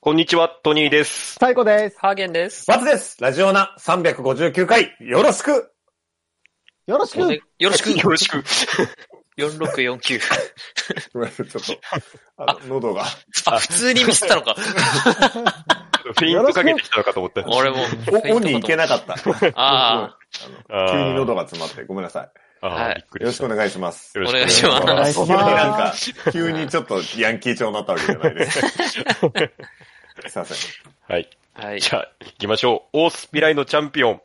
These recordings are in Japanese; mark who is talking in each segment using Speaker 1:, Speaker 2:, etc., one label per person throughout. Speaker 1: こんにちは、トニーです。
Speaker 2: 最高です。
Speaker 3: ハーゲンです。
Speaker 4: バツですラジオナ359回、よろしく
Speaker 2: よろしく
Speaker 3: おねよろしく。
Speaker 1: よろしく。
Speaker 3: 4649。
Speaker 4: ちょっと、あの、喉が。
Speaker 3: あ、普通にミスったのか。
Speaker 1: フェイントかけてきたのかと思った。
Speaker 3: 俺も。
Speaker 4: お、オンに行けなかった。
Speaker 3: あ
Speaker 4: すごい
Speaker 1: あ
Speaker 4: あ
Speaker 1: ー
Speaker 4: の急に喉が詰まって、ごめんなさい。
Speaker 1: あ
Speaker 3: は
Speaker 1: ー
Speaker 3: い
Speaker 1: びっく
Speaker 4: よろ
Speaker 1: り
Speaker 4: し
Speaker 1: し
Speaker 4: くお願いします。
Speaker 1: た。
Speaker 3: お願いします
Speaker 2: お願いします
Speaker 4: 急になんか、急にちょっとヤンキー調になったわけじゃないです。 すいません。
Speaker 1: はい。
Speaker 3: あ。はい。
Speaker 1: じゃあ、行きましょう。オースピライのチャンピオン。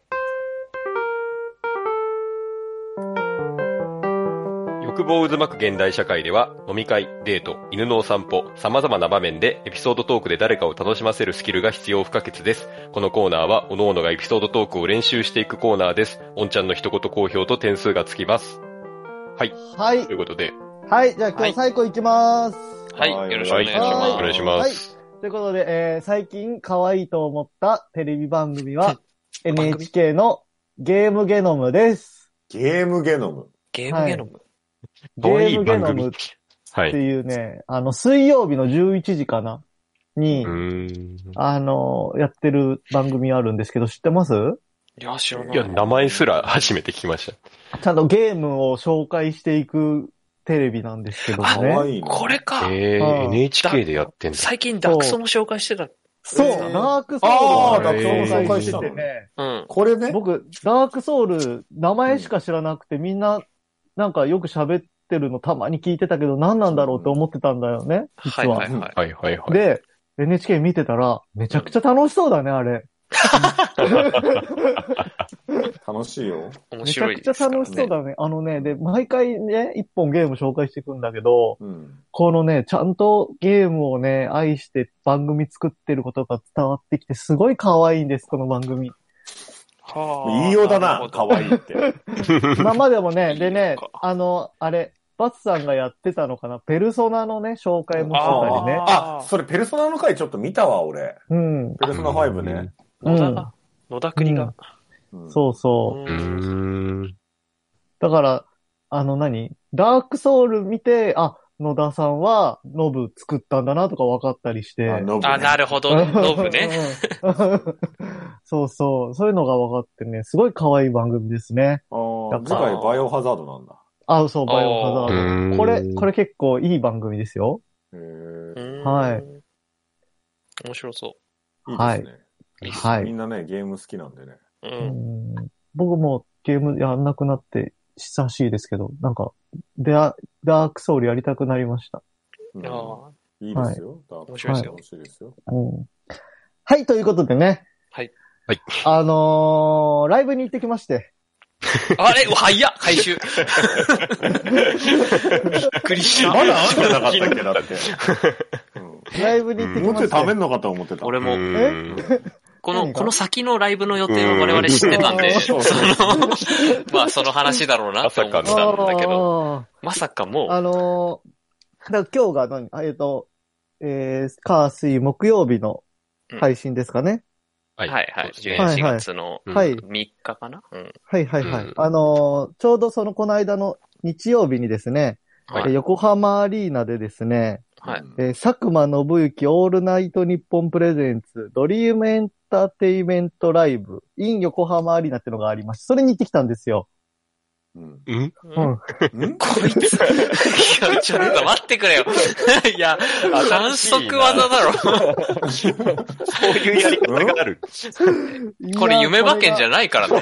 Speaker 1: 欲望渦巻く現代社会では、飲み会、デート、犬のお散歩、様々な場面でエピソードトークで誰かを楽しませるスキルが必要不可欠です。このコーナーは、各々がエピソードトークを練習していくコーナーです。おんちゃんの一言好評と点数がつきます。
Speaker 2: はい
Speaker 1: とい。うことで、
Speaker 2: はい。じゃあ今
Speaker 3: は
Speaker 2: 日
Speaker 3: い
Speaker 2: 最高いきます。
Speaker 3: はい。よろしくお願いし
Speaker 2: はい
Speaker 1: お
Speaker 3: ま
Speaker 1: 願いします。
Speaker 2: ということで、えー、最近可愛いと思ったテレビ番組は NHK のゲームゲノムです。
Speaker 4: ゲームゲノム。
Speaker 3: す。ゲームゲノム。
Speaker 2: ゲ
Speaker 1: 可愛い
Speaker 2: ームゲ
Speaker 1: 番
Speaker 2: ノ
Speaker 1: 組
Speaker 2: ムっ
Speaker 1: はい。
Speaker 2: ていうね、あの、水曜日の11時かなに、
Speaker 1: ん。
Speaker 2: あの、やってる番組あるんですけど、知ってます
Speaker 3: いや、知らない
Speaker 1: や、名前すら初めて聞きました。
Speaker 2: ちゃんとゲームを紹介していくテレビなんですけど
Speaker 4: 可
Speaker 2: もね。
Speaker 4: 愛いね。
Speaker 3: これか。
Speaker 1: ええ
Speaker 2: ああ
Speaker 1: NHK でやってんだ。
Speaker 3: 最近ダークソも紹介してた。
Speaker 2: そう、
Speaker 4: えー
Speaker 2: ダークソ
Speaker 4: あ
Speaker 2: ウ
Speaker 4: あ、
Speaker 2: ル
Speaker 4: ダ
Speaker 2: を
Speaker 4: ク
Speaker 1: ソウル
Speaker 2: 紹介
Speaker 4: 紹介
Speaker 2: し
Speaker 4: してて
Speaker 2: て
Speaker 4: たの。
Speaker 2: ね。
Speaker 3: うん。
Speaker 4: これね。
Speaker 2: 僕、ダークソウル、名前しか知らなくて、みんな、なんかよく喋ってるのたまに聞いてたけど、何なんだろうって思ってたんだよね、
Speaker 3: は
Speaker 2: 実
Speaker 3: い
Speaker 2: は。
Speaker 3: はいはい。
Speaker 1: はいはいはい。
Speaker 2: で、NHK 見てたら、めちゃくちゃ楽しそうだね、あれ。
Speaker 4: 楽しいよ。
Speaker 3: 面
Speaker 2: めちゃ
Speaker 3: 白い
Speaker 2: く
Speaker 3: で
Speaker 2: ちゃ
Speaker 3: すからね。
Speaker 2: 楽しそうだね。あのね、で、毎回ね、一本ゲーム紹介していくんだけど、
Speaker 4: うん。
Speaker 2: このね、ちゃんとゲームをね、愛して番組作ってることが伝わってきて、すごい可愛いんです、この番組。
Speaker 3: はあ
Speaker 4: 言いようだな、可愛い って。
Speaker 2: 今までもね、でね
Speaker 3: いいの、
Speaker 2: あの、あれ、バツさんがやってたのかな、ペルソナのね、紹介もしてたりね
Speaker 3: あ。
Speaker 4: あ、それペルソナの回ちょっと見たわ、俺。
Speaker 2: うん。
Speaker 4: ペルソナ5ね。
Speaker 2: う
Speaker 3: 野田
Speaker 2: ん
Speaker 3: が、野田国が。
Speaker 4: うん
Speaker 2: そうそう。
Speaker 1: うーん。
Speaker 2: だから、あの何ダークソウル見て、あ、野田さんはノブ作ったんだなとか分かったりして。
Speaker 4: あ、ノブね
Speaker 3: あ、なるほどね。ノブね。
Speaker 2: うん。 そうそう。そういうのが分かってね、すごい可愛い番組ですね。
Speaker 4: あー
Speaker 2: やっぱ
Speaker 4: 次回バイオハザードなんだ。
Speaker 2: あ、そう、バイオハザー
Speaker 1: う
Speaker 2: ド。
Speaker 1: ん
Speaker 2: これ、これ結構いい番組ですよ。
Speaker 4: へえ
Speaker 3: うん
Speaker 2: はい。
Speaker 3: 面白そ
Speaker 4: いい
Speaker 2: は
Speaker 4: で
Speaker 2: い
Speaker 4: すね。
Speaker 2: はい
Speaker 4: み。んなね、ゲーム好きなんでね。
Speaker 3: う。う。
Speaker 2: うんん僕もゲームやんなくなって久しいですけど、なんか、でダークソウルやりたくなりました。
Speaker 4: うん
Speaker 3: いやー
Speaker 4: いいですよ。ダーク
Speaker 3: 面白いですよ
Speaker 4: 面白いですよ。
Speaker 2: うん、はい、ということでね。
Speaker 3: はい。
Speaker 1: はい。
Speaker 2: あのー、ライブに行ってきまして。
Speaker 3: あれ早っ回収。びっくりした。
Speaker 4: まだあんじゃなかったっけだっ て。
Speaker 2: ライブに行って
Speaker 4: うん
Speaker 2: き
Speaker 4: もう
Speaker 2: ま
Speaker 4: ちょ
Speaker 2: し
Speaker 4: い
Speaker 2: て。
Speaker 4: 食べんのかと思ってた。
Speaker 3: 俺
Speaker 1: う
Speaker 3: も、
Speaker 1: ーん
Speaker 3: こ
Speaker 2: 何が
Speaker 3: の、この先のライブの予定は我々知ってたん
Speaker 2: う
Speaker 3: で、
Speaker 2: ん
Speaker 3: その、まあその話だろうなと思ってたんだけど、
Speaker 2: あ
Speaker 3: まさか
Speaker 2: ーあ
Speaker 3: も
Speaker 2: のー、だから今日が何あえっと、えー、火、水、木曜日の配信ですかね。
Speaker 1: は
Speaker 3: う、
Speaker 1: い。
Speaker 3: はいはい、
Speaker 1: そうですね
Speaker 2: はい
Speaker 3: 4月の
Speaker 1: うん
Speaker 2: はい。
Speaker 3: 3日かなうん。
Speaker 2: はいはいはい。
Speaker 1: うん
Speaker 2: あのーちょうどそのこの間の日曜日にですね、
Speaker 3: はい
Speaker 2: えー横浜アリーナでですね、
Speaker 3: はい。
Speaker 2: えー佐久間信之オールナイト日本プレゼンツドリームエンターテイメントライブ in 横浜アリーナってのがありまして、それに行ってきたんですよ。
Speaker 4: うん。
Speaker 1: うん
Speaker 3: うん
Speaker 4: うん
Speaker 3: こいつ、いや、ちょっと待ってくれよ。 いや、反則技だろ。
Speaker 1: そういうやり方がある。
Speaker 3: これ夢馬券じゃ
Speaker 2: ん。
Speaker 3: ないからね。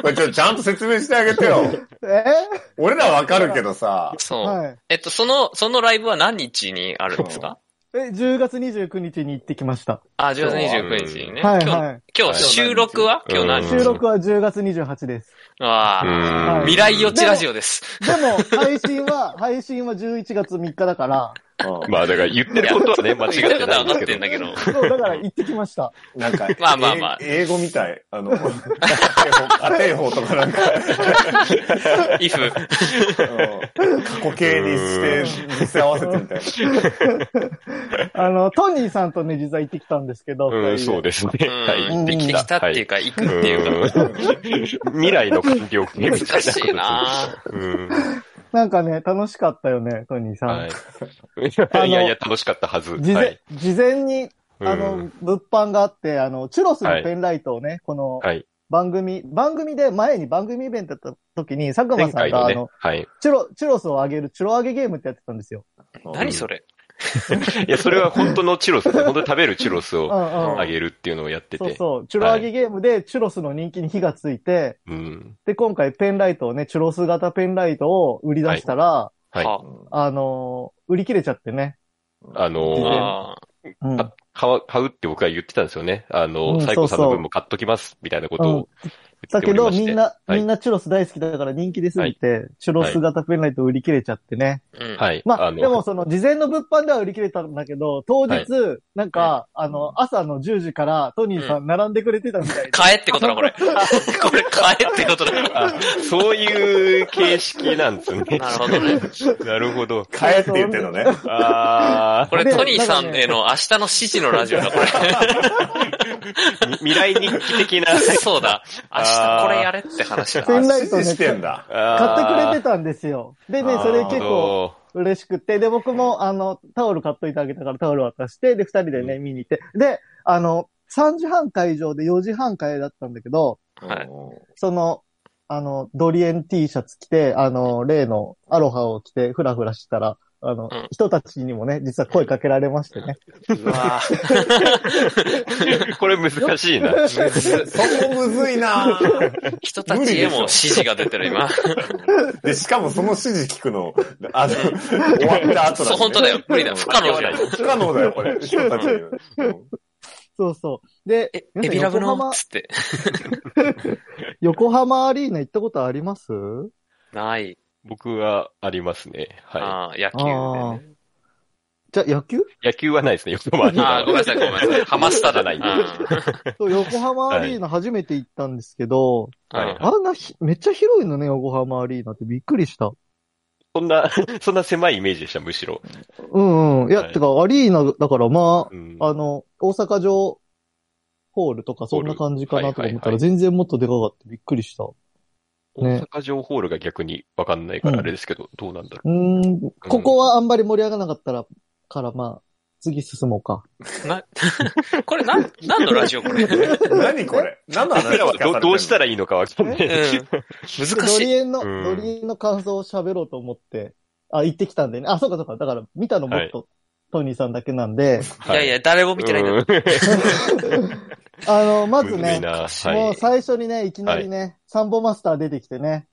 Speaker 4: これちょっとちゃんと説明してあげ てよ。
Speaker 2: え
Speaker 4: 俺らわかるけどさ。
Speaker 2: ー
Speaker 3: そう。
Speaker 2: はい。
Speaker 3: えっと、その、そのライブは何日にあるんですか
Speaker 2: え、10月29日に行ってきました。
Speaker 3: あ、10月29日にね。
Speaker 2: はい
Speaker 3: 今日、
Speaker 2: はい。
Speaker 3: 今日収録は今日何日
Speaker 1: うん
Speaker 2: 収録は10月28です。
Speaker 3: あ
Speaker 1: う
Speaker 3: あ、
Speaker 1: ーん
Speaker 2: はい
Speaker 3: 未来予知ラジオです。
Speaker 2: でも、配信は、 配信は11月3日だから、
Speaker 4: うん
Speaker 1: まあだから言ってることはね、間違ってないんですけ
Speaker 3: 言ってることは分かってんだけど
Speaker 2: そう、だから行ってきました。
Speaker 4: なんか、
Speaker 3: まあまあまあ
Speaker 4: え英語みたい。あの、家庭法とかなんか、
Speaker 3: if。
Speaker 4: うん過去形にして、実際合わせてみたいな。
Speaker 2: あの、トニーさんとね、実は行ってきたんですけど、
Speaker 1: ど。う
Speaker 2: 二
Speaker 1: ん、
Speaker 2: 人
Speaker 1: そうですね。はい。
Speaker 3: うん
Speaker 1: で
Speaker 3: で
Speaker 1: き
Speaker 3: き
Speaker 1: た。
Speaker 3: たって
Speaker 1: はい
Speaker 3: いうか、行く
Speaker 1: う
Speaker 3: っ ていうか。
Speaker 1: ーん未来の環境
Speaker 3: 難しいなぁ
Speaker 1: うん。
Speaker 2: なんかね、楽しかったよね、トニー さん。
Speaker 1: はい。
Speaker 2: の
Speaker 1: いやいや、楽しかったはず。
Speaker 2: 事前、
Speaker 1: はい。
Speaker 2: 事前に、
Speaker 1: うん
Speaker 2: あの、物販があって、あの、チュロスのペンライトをね、この
Speaker 1: はい。
Speaker 2: 番組、番組で、前に番組イベントやった時に、佐久間
Speaker 1: 前
Speaker 2: さん
Speaker 1: 回
Speaker 2: が、
Speaker 1: の
Speaker 2: あ
Speaker 1: ね
Speaker 2: の、、
Speaker 1: はい。
Speaker 2: チュロ、チュロスをあげる、チュロあげゲームってやってたんですよ。
Speaker 3: 何それ
Speaker 1: いや、それは本当のチュロスです ね。本当に食べるチュロス
Speaker 2: うん
Speaker 1: を
Speaker 2: うん。
Speaker 1: あげるっていうのをやって
Speaker 2: そう
Speaker 1: て。
Speaker 2: そう。チュロあげゲームで、チュロスの人気に火がついて、
Speaker 1: うん。
Speaker 2: で、今回ペンライトをね、チュロス型ペンライトを売り出したら、
Speaker 1: はい。
Speaker 3: は
Speaker 2: あのー売り切れちゃってね。
Speaker 1: あのー、
Speaker 3: ああ
Speaker 2: うん。
Speaker 1: あ買う買うって僕は言ってたんですよね。あ
Speaker 2: う
Speaker 1: の
Speaker 2: ん
Speaker 1: ー、サイコさんの
Speaker 2: そうそう
Speaker 1: 分も買っときます、みたいなことを
Speaker 2: うん
Speaker 1: 言ってお
Speaker 2: だけ
Speaker 1: り
Speaker 2: ど、
Speaker 1: まして。
Speaker 2: みんな、
Speaker 1: はい
Speaker 2: みんなチュロス大好きだから人気ですぎて、チュロス型ペンライト売り切れちゃってね。
Speaker 3: うん。
Speaker 1: はい。
Speaker 2: まあ、
Speaker 1: の
Speaker 2: でも、その事前の物販では売り切れたんだけど、当日、
Speaker 1: はい
Speaker 2: なんか、あの、朝の10時からトニーさん並んでくれてたみたいで。
Speaker 3: 買えってことだ、これ。 これ買えってことだ。
Speaker 1: あそういう形式なんです ね。
Speaker 3: なるほどね。
Speaker 1: なるほど。
Speaker 4: 帰って言ってんのね。
Speaker 1: あ
Speaker 3: これ
Speaker 2: で
Speaker 3: トニーさんへの明日の7時のラジオだ、こ れ。
Speaker 1: あ、み未来日記的 な。
Speaker 3: そうだ。明日これやれって話だ。
Speaker 2: ペンライ
Speaker 4: 指
Speaker 2: トね
Speaker 4: 示してんだ。
Speaker 2: 買ってく
Speaker 1: て
Speaker 2: れてたんですよ。でね、それ結構。嬉しくて、で、僕も、あの、タオル買っといてあげたからタオル渡して、で、二人でね、見に行って。で、あの、3時半会場で4時半会だったんだけど、
Speaker 3: はい
Speaker 2: その、あの、ドリエン T シャツ着て、あの、例のアロハを着て、ふらふらしてたら、あの、
Speaker 3: うん
Speaker 2: 人たちにもね、実は声かけられ ましてね。
Speaker 3: うわぁ
Speaker 1: これ難しいな。
Speaker 4: そこむずいな
Speaker 3: 人たちへも指示が出てる、今。
Speaker 4: で、しかもその指示聞くの、あの、終わった後だ、
Speaker 3: そう、本当だよ。。無理だ。不可能じゃん。
Speaker 4: 不可能だよ、これ。人たちにうん
Speaker 2: そうそう。で、
Speaker 3: え、
Speaker 2: 皆
Speaker 3: エ
Speaker 2: さん
Speaker 3: ビラブ
Speaker 2: 横
Speaker 3: の
Speaker 2: 浜
Speaker 3: っつって。
Speaker 2: 横浜アリーナ行ったことあります
Speaker 3: ない。
Speaker 1: 僕はありますね。は
Speaker 3: ああ、野球
Speaker 2: あ
Speaker 3: で
Speaker 2: ーじゃ、野球
Speaker 1: い。野球はないですね。横浜アリー
Speaker 3: ね。ああ、
Speaker 1: ナ
Speaker 3: ごめん
Speaker 1: は
Speaker 3: なさい、ごめんなさい。ハマスタじゃないんだ。
Speaker 2: そう横浜アリーナ初めて行ったんですけど、
Speaker 1: はい
Speaker 2: あんなひ、めっちゃ広いのね、横浜アリーナってびっくりした。
Speaker 1: そんな、そんな狭いイメージでした、むしろ。
Speaker 2: うんうん。いや、
Speaker 1: はい
Speaker 2: てか、アリーナだから、ま
Speaker 1: うん
Speaker 2: あ、あの、大阪城ホールとかそんな感じかなとか思ったら、全然もっとでかかってびっくりした。うね
Speaker 1: 大阪城ホールが逆にわかんないからあれですけど、どうなんだろ
Speaker 2: ーん、ここはあんまり盛り上がらなかったら、から、まあ、次進もうか。
Speaker 3: な、 これなん、何のラジオ これ。うん。
Speaker 4: 何これ何の
Speaker 1: う。僕
Speaker 4: 話
Speaker 1: らはどどうした
Speaker 4: ら
Speaker 1: らいいのかわかんない。
Speaker 3: 難
Speaker 2: ド
Speaker 3: し
Speaker 2: リ
Speaker 3: い。
Speaker 2: エンの、
Speaker 1: うん
Speaker 2: ドリエンの感想を喋ろうと思って、あ、行ってきたんでね。あ、そうかそうか。だから、見たのもっと、トニーさんだけなんで、
Speaker 3: いやいや、誰も見てないん
Speaker 1: だ。
Speaker 3: だ。
Speaker 2: あの、まず
Speaker 1: むずい
Speaker 2: ね、
Speaker 1: な。
Speaker 2: も
Speaker 1: は
Speaker 2: う
Speaker 1: い。
Speaker 2: 最初にね、いきなりね、サンボマスター出てきてね。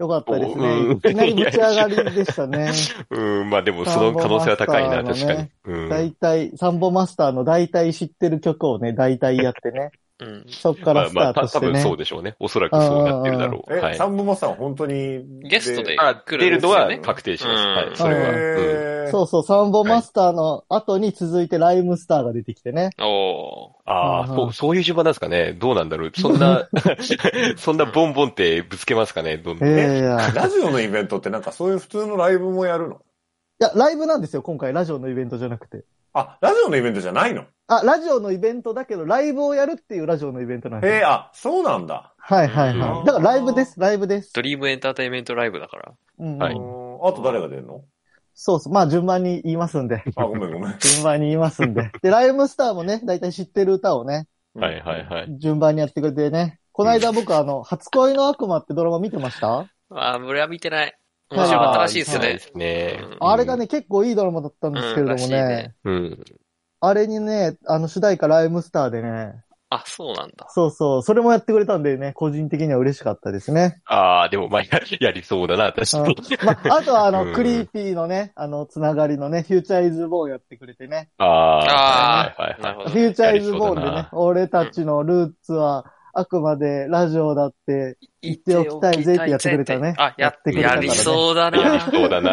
Speaker 2: よかったです
Speaker 1: おう
Speaker 2: ね。
Speaker 1: うん
Speaker 2: いきなりぶち上がりでした ね。
Speaker 1: うん、まあでもその可能性は高いな、
Speaker 2: サンボマ
Speaker 1: 確
Speaker 2: スタ
Speaker 1: か
Speaker 2: ーの
Speaker 1: に
Speaker 2: ね。
Speaker 1: うん。
Speaker 2: 大体、サンボマスターの大体知ってる曲をね、大体 やってね。
Speaker 3: うん。
Speaker 2: そっから
Speaker 1: まあ
Speaker 2: ス
Speaker 1: ま
Speaker 2: ター
Speaker 1: あ、た
Speaker 2: トし
Speaker 1: 多
Speaker 2: て
Speaker 1: 分
Speaker 2: ね。
Speaker 1: そうでしょうね。おそらくそうなってるだろう。は
Speaker 4: え、
Speaker 1: い
Speaker 4: サ。ンボマスターは本当に。
Speaker 3: ゲストで
Speaker 1: あ、
Speaker 3: 来
Speaker 1: 出
Speaker 3: る
Speaker 1: る
Speaker 3: んで
Speaker 1: の
Speaker 3: すよ
Speaker 1: は
Speaker 3: ね。
Speaker 1: 確定しました。
Speaker 3: うん
Speaker 1: はい。それは。うん
Speaker 4: へー
Speaker 2: そうそう、サンボマスターの後に続いてライムスターが出てきてね。
Speaker 3: おー。
Speaker 1: ああ、
Speaker 2: うん
Speaker 1: そう、そういう順番なんですかね。どうなんだ ろう。そんな、 そんなボンボンってぶつけますかね。どんどん。
Speaker 2: いやいや。い
Speaker 4: ラジオのイベントってなんかそういう普通のライブもやるの
Speaker 2: や、ライブなんですよ、今回。ラジオのイベントじゃなくて。
Speaker 4: あ、ラジオのイベントじゃないの
Speaker 2: あ、ラジオのイベントだけど、ライブをやるっていうラジオのイベントなんです
Speaker 4: へ
Speaker 2: よ。
Speaker 4: え、あ、そうなんだ。
Speaker 2: はいはいは
Speaker 1: う
Speaker 2: い。
Speaker 4: ん
Speaker 2: だからライブです、ライブです。
Speaker 3: ドリームエンターテインメントライブだから。
Speaker 2: うんうん
Speaker 1: はいう
Speaker 4: ーんあと誰が出るの
Speaker 2: そうそう。まあ、順番に言いますんで。
Speaker 4: あ、ごめんごめん。
Speaker 2: 順番に言いますんで。で、ライムスターもね、だいたい知ってる歌をね、
Speaker 1: はいはいはい。
Speaker 2: 順番にやってくれてね。この間僕あの、初恋の悪魔ってドラマ見てました
Speaker 3: あー、俺は見てない。面白かったらしいですよ
Speaker 1: そう
Speaker 3: ね
Speaker 1: で。すね
Speaker 3: うん。
Speaker 2: あれがね、結構いいドラマだったんですけれども
Speaker 3: うんらしい
Speaker 2: ね
Speaker 3: ね。
Speaker 1: うん。
Speaker 2: あれにね、あの主題歌ライムスターでね、
Speaker 3: あ、そうなんだ。
Speaker 2: そうそう、それもやってくれたんでね、個人的には嬉しかったですね。
Speaker 1: ああ、でも、まあ、ややりそうだな、確かに。
Speaker 2: ま あ、あとはあ
Speaker 1: うん
Speaker 2: の、クリーピーのね、あの、つながりのね、フューチャーイズボーンやってくれてね。
Speaker 1: ああ
Speaker 3: あ、
Speaker 1: はいはい
Speaker 3: な
Speaker 1: はい
Speaker 3: る
Speaker 2: フ
Speaker 3: ほど。
Speaker 2: ューチャーイズボーン
Speaker 1: やりそ
Speaker 2: で
Speaker 1: うだ
Speaker 2: ね
Speaker 1: な、
Speaker 2: 俺たちのルーツは、あくまでラジオだって言っておきたいぜってやってくれたね
Speaker 3: あ、やってくれた
Speaker 1: や
Speaker 3: や
Speaker 1: ってくれたからね
Speaker 3: りそうだな。
Speaker 1: やりそうだな。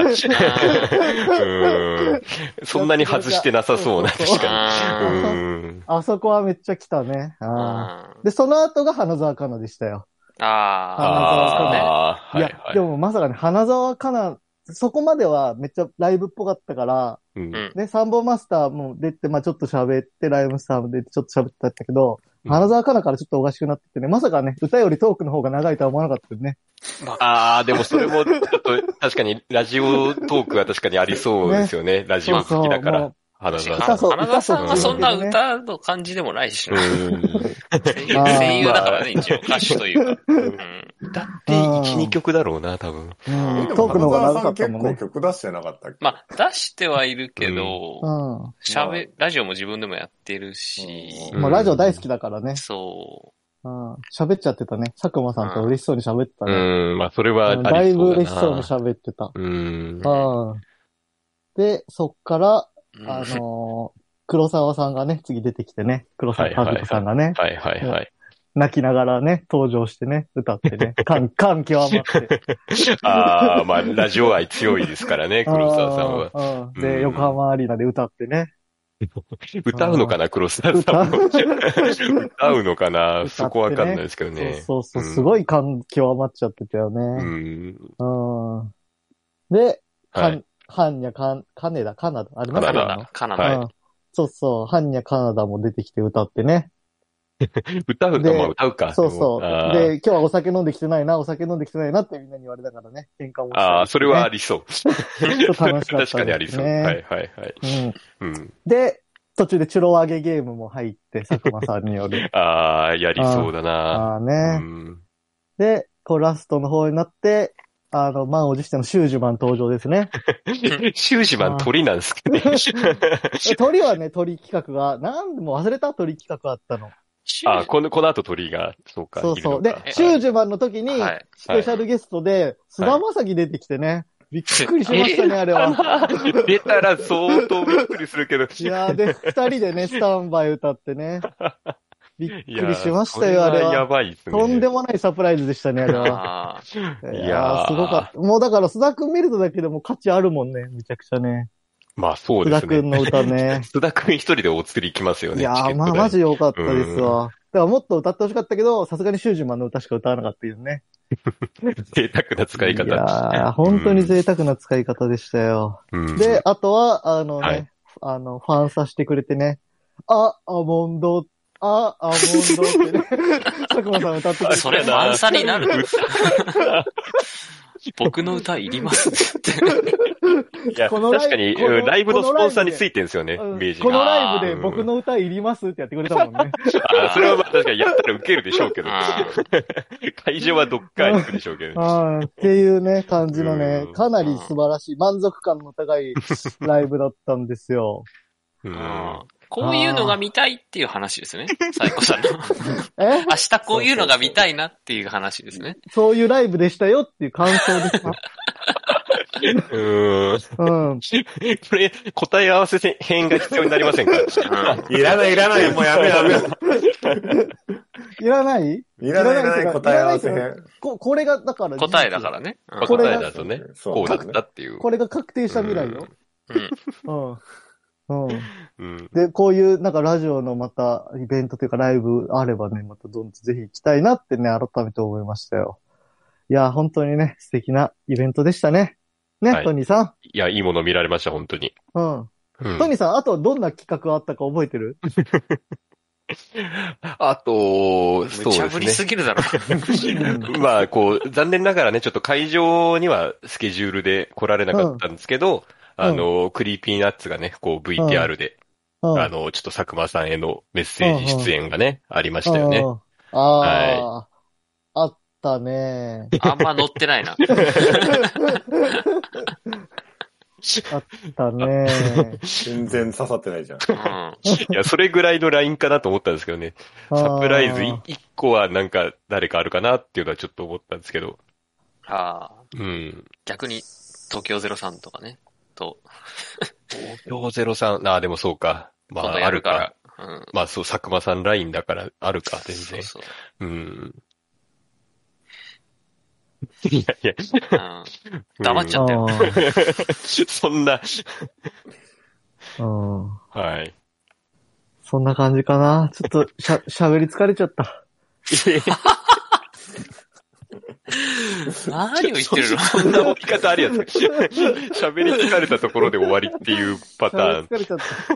Speaker 1: うん。そんなに外してなさそうな、
Speaker 2: そう
Speaker 1: 確かに。
Speaker 3: あ
Speaker 1: うん。
Speaker 2: あそこはめっちゃ来たね。
Speaker 3: ー
Speaker 2: あー
Speaker 3: あ
Speaker 2: で、その後が花澤香菜でしたよ。
Speaker 3: ー。あ
Speaker 1: ああ、
Speaker 2: い
Speaker 1: はい
Speaker 2: や、
Speaker 1: はい
Speaker 2: で。もまさかね、花澤香菜、そこまではめっちゃライブっぽかったから、
Speaker 1: うん
Speaker 3: うん
Speaker 2: ね、サンボマスターも出て、まあちょっと喋って、ライブスターも出て、ちょっと喋ってたんだけど、花沢香菜からちょっとおかしくなっててね、まさかね、歌よりトークの方が長いとは思わなかったよね。
Speaker 1: ああ、でもそれも、ちょっと、確かに、ラジオトークは確かにありそうですよね。ラジオ好きだか
Speaker 2: そう
Speaker 1: ら、花
Speaker 3: 確
Speaker 1: 沢さ
Speaker 2: 歌
Speaker 1: ん。
Speaker 3: か
Speaker 2: そう
Speaker 3: に花田さんはそんな
Speaker 2: 歌そう
Speaker 3: 歌の感じでもないしな。
Speaker 1: うん。
Speaker 3: 声優声優だからね、一応歌手というか。うん
Speaker 1: だって、1、2曲だろうな、多分。
Speaker 2: うん
Speaker 4: でも
Speaker 2: トークの方が長かった
Speaker 4: 花
Speaker 2: もん
Speaker 4: 澤さん
Speaker 2: ね。
Speaker 4: 結構曲出してなかったっけ
Speaker 3: まあ、出してはいるけど、
Speaker 2: う。
Speaker 3: 喋、ラジオも自分でもやってるし、
Speaker 4: うん
Speaker 2: もうラジオ大好きだからね。
Speaker 3: そ
Speaker 2: うん。喋っちゃってたね。佐久間さんと嬉しそうに喋ってた
Speaker 1: う
Speaker 2: ね。
Speaker 1: ん、まあ、それはあ
Speaker 2: う
Speaker 1: りそう
Speaker 2: ん
Speaker 1: だな。
Speaker 2: だいぶ嬉しそうに喋ってた。
Speaker 1: うん。
Speaker 2: うん。で、そっから、
Speaker 3: う。
Speaker 2: あのー黒沢さんがね、次出てきてね、黒沢和人さんがね、
Speaker 1: はいはいはい。
Speaker 2: 泣きながらね、登場してね、歌っ てね、感、感極まって。
Speaker 1: ああ、まあ、ラジオ愛強いですからね、 黒沢さんは。
Speaker 2: は
Speaker 1: う
Speaker 2: で、
Speaker 1: ん
Speaker 2: 横浜アリーナで歌っ てね。
Speaker 1: 歌うのかな、黒沢さんも。歌うのかな、そこわかんないですけどね。
Speaker 2: そうそうそう、
Speaker 1: うん
Speaker 2: すごい感極まっちゃってたよ
Speaker 1: う
Speaker 2: ね。
Speaker 1: ん。
Speaker 2: うん。で、か
Speaker 1: はい
Speaker 2: ん、。はんにゃかん、カネダ、カナダ、あれ
Speaker 1: カナ
Speaker 3: カ
Speaker 1: ダ
Speaker 3: ナダ、カナ
Speaker 1: はい
Speaker 3: ダ。
Speaker 2: うんそうそう、はんにゃカナダも出てきて歌ってね。
Speaker 1: 歌う
Speaker 2: で
Speaker 1: の、まあ、歌うか。
Speaker 2: そうそう。
Speaker 1: あー
Speaker 2: で、今日はお酒飲んできてないな、お酒飲んできてないなってみんなに言われたからね、喧嘩もしたりしてね、
Speaker 1: ああ、それはありそう。
Speaker 2: ちょっと楽しかっ た、
Speaker 1: 確かにありそう。はいはいはい。
Speaker 2: うん。
Speaker 1: うん。
Speaker 2: で、途中でチュロ上げゲームも入って、佐久間さんによ る。
Speaker 1: ああ、やりそうだな。
Speaker 2: ああ
Speaker 1: う
Speaker 2: ね。
Speaker 1: ん。
Speaker 2: で、こうラストの方になって、あの、満を持してのシュージュマン登場で すね。
Speaker 1: シュージマン鳥なんですけどね。
Speaker 2: え鳥はね、鳥企画が、なんでも忘れた鳥企画あったの。
Speaker 1: ああ、この、この後鳥が、そうか。
Speaker 2: そうそう。
Speaker 1: いる
Speaker 2: で
Speaker 1: のか、
Speaker 2: シュージュマンの時に、
Speaker 3: はい。
Speaker 2: スペシャルゲストで、菅田将暉出てきてね。びっくりし ましたね、あれは。
Speaker 1: 出たら相当びっくりするけど。
Speaker 2: いやー、で、二人でね、スタンバイ歌っ てね。びっ
Speaker 1: い
Speaker 2: く
Speaker 1: や
Speaker 2: りしましたよ、あ
Speaker 1: そ
Speaker 2: れは
Speaker 1: や。ばいですね。
Speaker 2: とんでもないサプライズでしたね、あれ は。
Speaker 3: あー
Speaker 2: い
Speaker 1: いやー
Speaker 2: やー、すごかった。もうだから、須田くん見るとだけでも価値あるもんね、めちゃくちゃね。
Speaker 1: まあそう
Speaker 2: 須
Speaker 1: で
Speaker 2: 田
Speaker 1: す
Speaker 2: くん
Speaker 1: ね。。
Speaker 2: の歌ね
Speaker 1: 須田くん一人でお釣り行きますよね。
Speaker 2: いや
Speaker 1: チケッ
Speaker 2: ー、
Speaker 1: ト
Speaker 2: まあ、
Speaker 1: 代
Speaker 2: マジ良かったです
Speaker 1: う
Speaker 2: わ。だからもっと歌ってほしかったけど、さすがにシュージュマンの歌しか歌わなかったけどね。
Speaker 1: 贅沢な使い
Speaker 2: いや
Speaker 1: 方。
Speaker 2: ー、本当に贅沢な使い方でしたよ。
Speaker 1: うん
Speaker 2: で、、あとは、あのね、
Speaker 1: はい
Speaker 2: あの、ファンさせてくれてね、あ、アモンド、あ、アモンドってね、 佐久間さん歌ってくれて。
Speaker 3: それ、ファンサになる 僕の歌いりますって。
Speaker 1: いや
Speaker 2: このライ
Speaker 1: 確かに、
Speaker 2: この
Speaker 1: うんライブのスポンサーについてるんですよね、イ
Speaker 2: うん
Speaker 1: メージ
Speaker 2: この
Speaker 1: が。
Speaker 2: ライブで僕の歌いりますってやってくれたもん ね。
Speaker 1: あそれはまあ確かにやったら受けるでしょう けど。
Speaker 3: あー
Speaker 1: 会場はどっか行くでしょうけど。
Speaker 2: うんっていうね、感じのね
Speaker 1: うん、
Speaker 2: かなり素晴らしい、満足感の 高いライブだったんですよ。
Speaker 1: うん
Speaker 3: うんこういうのが見たいっていう話ですね。サイコさんの。
Speaker 2: え
Speaker 3: 明日こういうのが見たいなっていう話ですね。
Speaker 2: そういうライブでしたよっていう感想で した。
Speaker 1: うん。
Speaker 2: うん。
Speaker 1: これ、答え合わせ編が必要になりませんか
Speaker 3: うん
Speaker 4: いらない、いらない、もうやめやめ。
Speaker 2: いらない
Speaker 4: いらない、いらない、答え合わせ
Speaker 2: いらな
Speaker 4: 編。
Speaker 2: ここれが、だから。
Speaker 3: 答えだからね。うん
Speaker 2: これ
Speaker 1: 答えだとね、
Speaker 4: そう
Speaker 1: こうだったっていう。
Speaker 2: これが確定した未来よ。うん。うん。
Speaker 1: うん。
Speaker 2: で、こういう、なんかラジオのまたイベントというかライブあればね、またどんどんぜひ行きたいなってね、改めて思いましたよ。いや、本当にね、素敵なイベントでしたね。ね、
Speaker 1: はい
Speaker 2: トニーさ
Speaker 1: いや、いいもの見られました、本当に。
Speaker 2: ん。うん。
Speaker 1: うん
Speaker 2: トニーさん、あとどんな企画あったか覚え てる
Speaker 1: あと、そう
Speaker 3: 無
Speaker 1: です
Speaker 3: 茶
Speaker 1: ね。
Speaker 3: ぶりすぎるだろ。
Speaker 1: まあ、こう、残念ながらね、ちょっと会場にはスケジュールで来られなかったんですけど、
Speaker 2: うん
Speaker 1: あの、クリーピーナッツがね、こう VTR で、
Speaker 2: うん。
Speaker 1: あの、ちょっと佐久間さんへのメッセージ出演がね、ありましたよね
Speaker 2: う。ん。ああ、あったね。
Speaker 3: あんま乗ってないな。
Speaker 2: あったね。
Speaker 4: 全然刺さってないじゃん。
Speaker 3: うん
Speaker 1: いや、それぐらいのラインかなと思ったんですけどね。 サプライズ
Speaker 2: あ
Speaker 1: 1個はなんか誰かあるかなっていうのはちょっと思ったんですけど。
Speaker 3: あー
Speaker 1: うん。
Speaker 3: 逆に、東京03とかね。と、
Speaker 1: 403、ああ、でもそうか。ま
Speaker 3: 今度
Speaker 1: あ、
Speaker 3: や
Speaker 1: あ
Speaker 3: る
Speaker 1: る
Speaker 3: か
Speaker 1: から。
Speaker 3: ら。うん。
Speaker 1: まあそう、佐久間さんラインだから、あるか、全
Speaker 3: そ
Speaker 1: 然
Speaker 3: う。そう。
Speaker 1: うん。いやいや。
Speaker 3: うん黙っちゃ
Speaker 2: ー
Speaker 3: ったよ。
Speaker 1: そんな。
Speaker 2: うんうん
Speaker 1: はい。
Speaker 2: そんな感じかな。ちょっとしゃ、喋り疲れちゃった。
Speaker 3: 何を言ってるの
Speaker 1: そんな置き方ありやつ。喋り疲れたところで終わりっていうパター
Speaker 2: 喋
Speaker 1: ン
Speaker 2: り。疲れちゃった。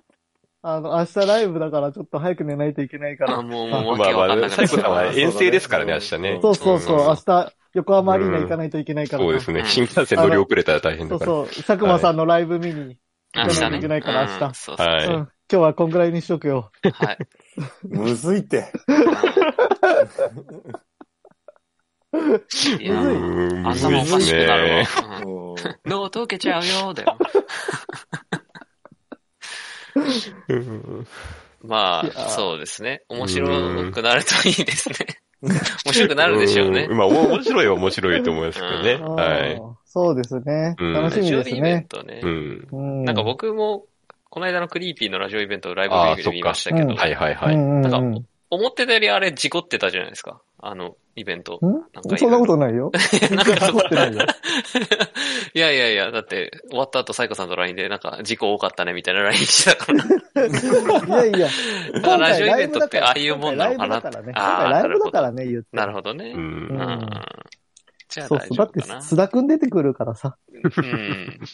Speaker 2: あの、明日ライブだからちょっと早く寝ないといけないか
Speaker 3: あ、
Speaker 2: ら。
Speaker 3: もう、
Speaker 2: あ
Speaker 3: もう、
Speaker 1: ま
Speaker 3: わけわ
Speaker 1: あ
Speaker 3: かん
Speaker 1: ま
Speaker 3: な
Speaker 1: あ、
Speaker 3: か
Speaker 1: 最
Speaker 3: っ
Speaker 1: 後
Speaker 3: た。
Speaker 1: さんは遠征ですからね、明日ね。
Speaker 2: そうそうそう、
Speaker 1: うん
Speaker 2: 明日、横浜アリーナ行かないといけないから。
Speaker 1: そうですね。
Speaker 3: うん
Speaker 1: 新幹線乗り遅れたら大変
Speaker 2: そ
Speaker 1: だ
Speaker 2: う
Speaker 1: から。
Speaker 2: そう、佐久間さんのライブ見に。
Speaker 3: 明日ね。
Speaker 2: 行かないから明日
Speaker 3: うんそうそう。
Speaker 2: うん。
Speaker 1: は
Speaker 2: 今日はこんぐらいにしとくよ。
Speaker 3: はい。
Speaker 4: むずいって。
Speaker 1: い。う
Speaker 3: いや、
Speaker 1: ーん、
Speaker 3: 朝もおかしくなる
Speaker 1: ね。
Speaker 3: わ。うん
Speaker 4: うん
Speaker 3: 脳溶けちゃうよ、だよ。
Speaker 1: うん
Speaker 3: ま
Speaker 2: いやー
Speaker 3: あ、そうですね。面白くなるといいですね。面白く
Speaker 1: な
Speaker 3: なるでしょうね。
Speaker 1: まあ、お面白いは面白いと思いますけど ね。
Speaker 2: うん
Speaker 1: はい。。
Speaker 2: そうですね。
Speaker 1: うん
Speaker 2: 楽しみ
Speaker 3: ラジオ
Speaker 2: です
Speaker 3: イベン
Speaker 2: ね。
Speaker 3: トね
Speaker 1: う。ん。
Speaker 2: な
Speaker 3: なんか、僕も、この間のクリーピーのラジオイベントをライブビューイングで見ましたけ
Speaker 2: あそ
Speaker 3: ど
Speaker 2: っ、
Speaker 1: はいはい
Speaker 2: うん
Speaker 1: はい。
Speaker 2: うんうん
Speaker 3: なん思ってたよりあれ事故ってたじゃないですか。あの、イベント。
Speaker 2: んそんなことないよ。
Speaker 3: なんか
Speaker 2: そ
Speaker 3: そ
Speaker 2: んなことないよ。
Speaker 3: いやいやいや、だって、終わった後、サイコさんと LINE で、なんか、事故多かったね、みたいな LINE して たから。
Speaker 2: いやいや。
Speaker 3: だからラジオイベントってああいうもんなのかな
Speaker 2: 今回ライブだからね。今回
Speaker 3: あー
Speaker 2: ライブだからね、言って。
Speaker 3: なるほどね。
Speaker 1: う
Speaker 3: うん。
Speaker 1: ん
Speaker 2: うん
Speaker 3: じゃあ
Speaker 2: そう
Speaker 3: 大
Speaker 2: そう。
Speaker 3: 丈
Speaker 2: だっ
Speaker 3: 夫
Speaker 2: て
Speaker 3: かな、。
Speaker 2: 須田くん出てくるからさ。
Speaker 3: うん。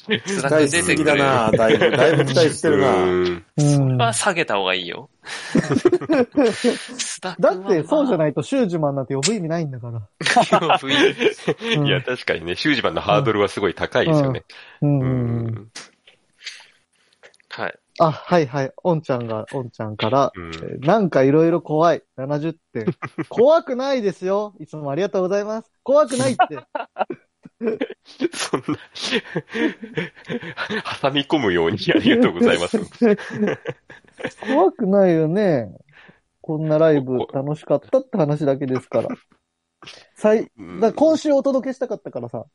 Speaker 4: 期
Speaker 3: 辛
Speaker 4: 待
Speaker 3: く
Speaker 4: し
Speaker 3: 出
Speaker 4: す
Speaker 3: て
Speaker 4: ぎ
Speaker 3: く
Speaker 4: だ
Speaker 3: る。
Speaker 4: なだいぶ、だいぶ期待して るな
Speaker 1: うん
Speaker 2: うん
Speaker 3: まあ、
Speaker 2: だ
Speaker 3: 下げた方がいい よ。
Speaker 2: って、そうじゃ
Speaker 3: い。
Speaker 2: ないと、シュージュマンなんて呼ぶ意味ないんだから。うん
Speaker 1: いや、確かにね、習字盤のハードルはすごい高いですよね。
Speaker 2: うん
Speaker 1: う
Speaker 2: うんうん。
Speaker 1: ん。
Speaker 3: はい。
Speaker 2: あ、はいはい。おんちゃんが、おんちゃんから、
Speaker 1: うん
Speaker 2: えーなんかいろいろ怖い。70点。怖くないですよ。いつもありがとうございます。怖くな いって。
Speaker 1: そんな、挟み込むようにありがとうござい ます。
Speaker 2: 怖くないよね。こんなライブ
Speaker 1: こ
Speaker 2: 楽しかったって話だけですから。最、
Speaker 1: うん
Speaker 2: だから今週お届けしたかったからさ。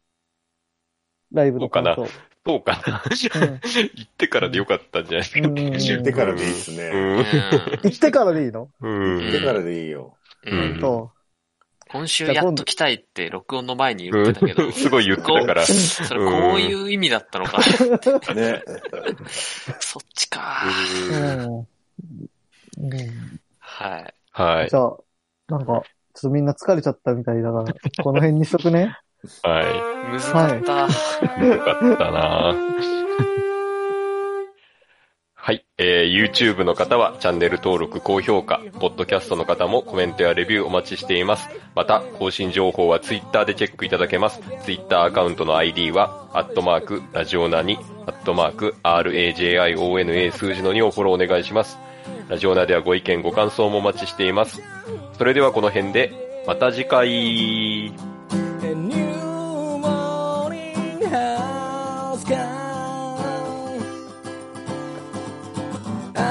Speaker 2: ライブの感想。
Speaker 1: そうか な。
Speaker 2: うん
Speaker 1: 行ってからでよかったんじゃないですか。
Speaker 2: うん うんうん
Speaker 4: 言ってからでいいっすね。
Speaker 2: 行ってからでいいの
Speaker 1: う
Speaker 4: 言
Speaker 1: ん。
Speaker 4: ってからでいいよ。
Speaker 3: うん う
Speaker 1: うんん
Speaker 2: と、
Speaker 3: 今週やっと来たいって録音の前に言ってたけ
Speaker 1: う
Speaker 3: ど
Speaker 1: ん、 すごい言ってたから。
Speaker 3: それこういう意味だったのか。
Speaker 4: ね。
Speaker 3: そっちか。
Speaker 1: うん
Speaker 2: うんうん
Speaker 3: はい。
Speaker 1: はい
Speaker 2: じ。ゃあ、なんか、ちょっとみんな疲れちゃったみたいだから、この辺にしとくね。
Speaker 1: は
Speaker 3: 難かった。
Speaker 1: い。よかったなはい。えー、YouTube の方はチャンネル登録、高評価、Podcast の方もコメントやレビューお待ちしています。また、更新情報は Twitter でチェックいただけます。Twitter アカウントの ID は、アットマーク、ラジオナに、アットマーク、RAJIONA 数字の2をフォローお願いします。ラジオナではご意見、ご感想もお待ちしています。それではこの辺で、また次回。
Speaker 5: A new morning has come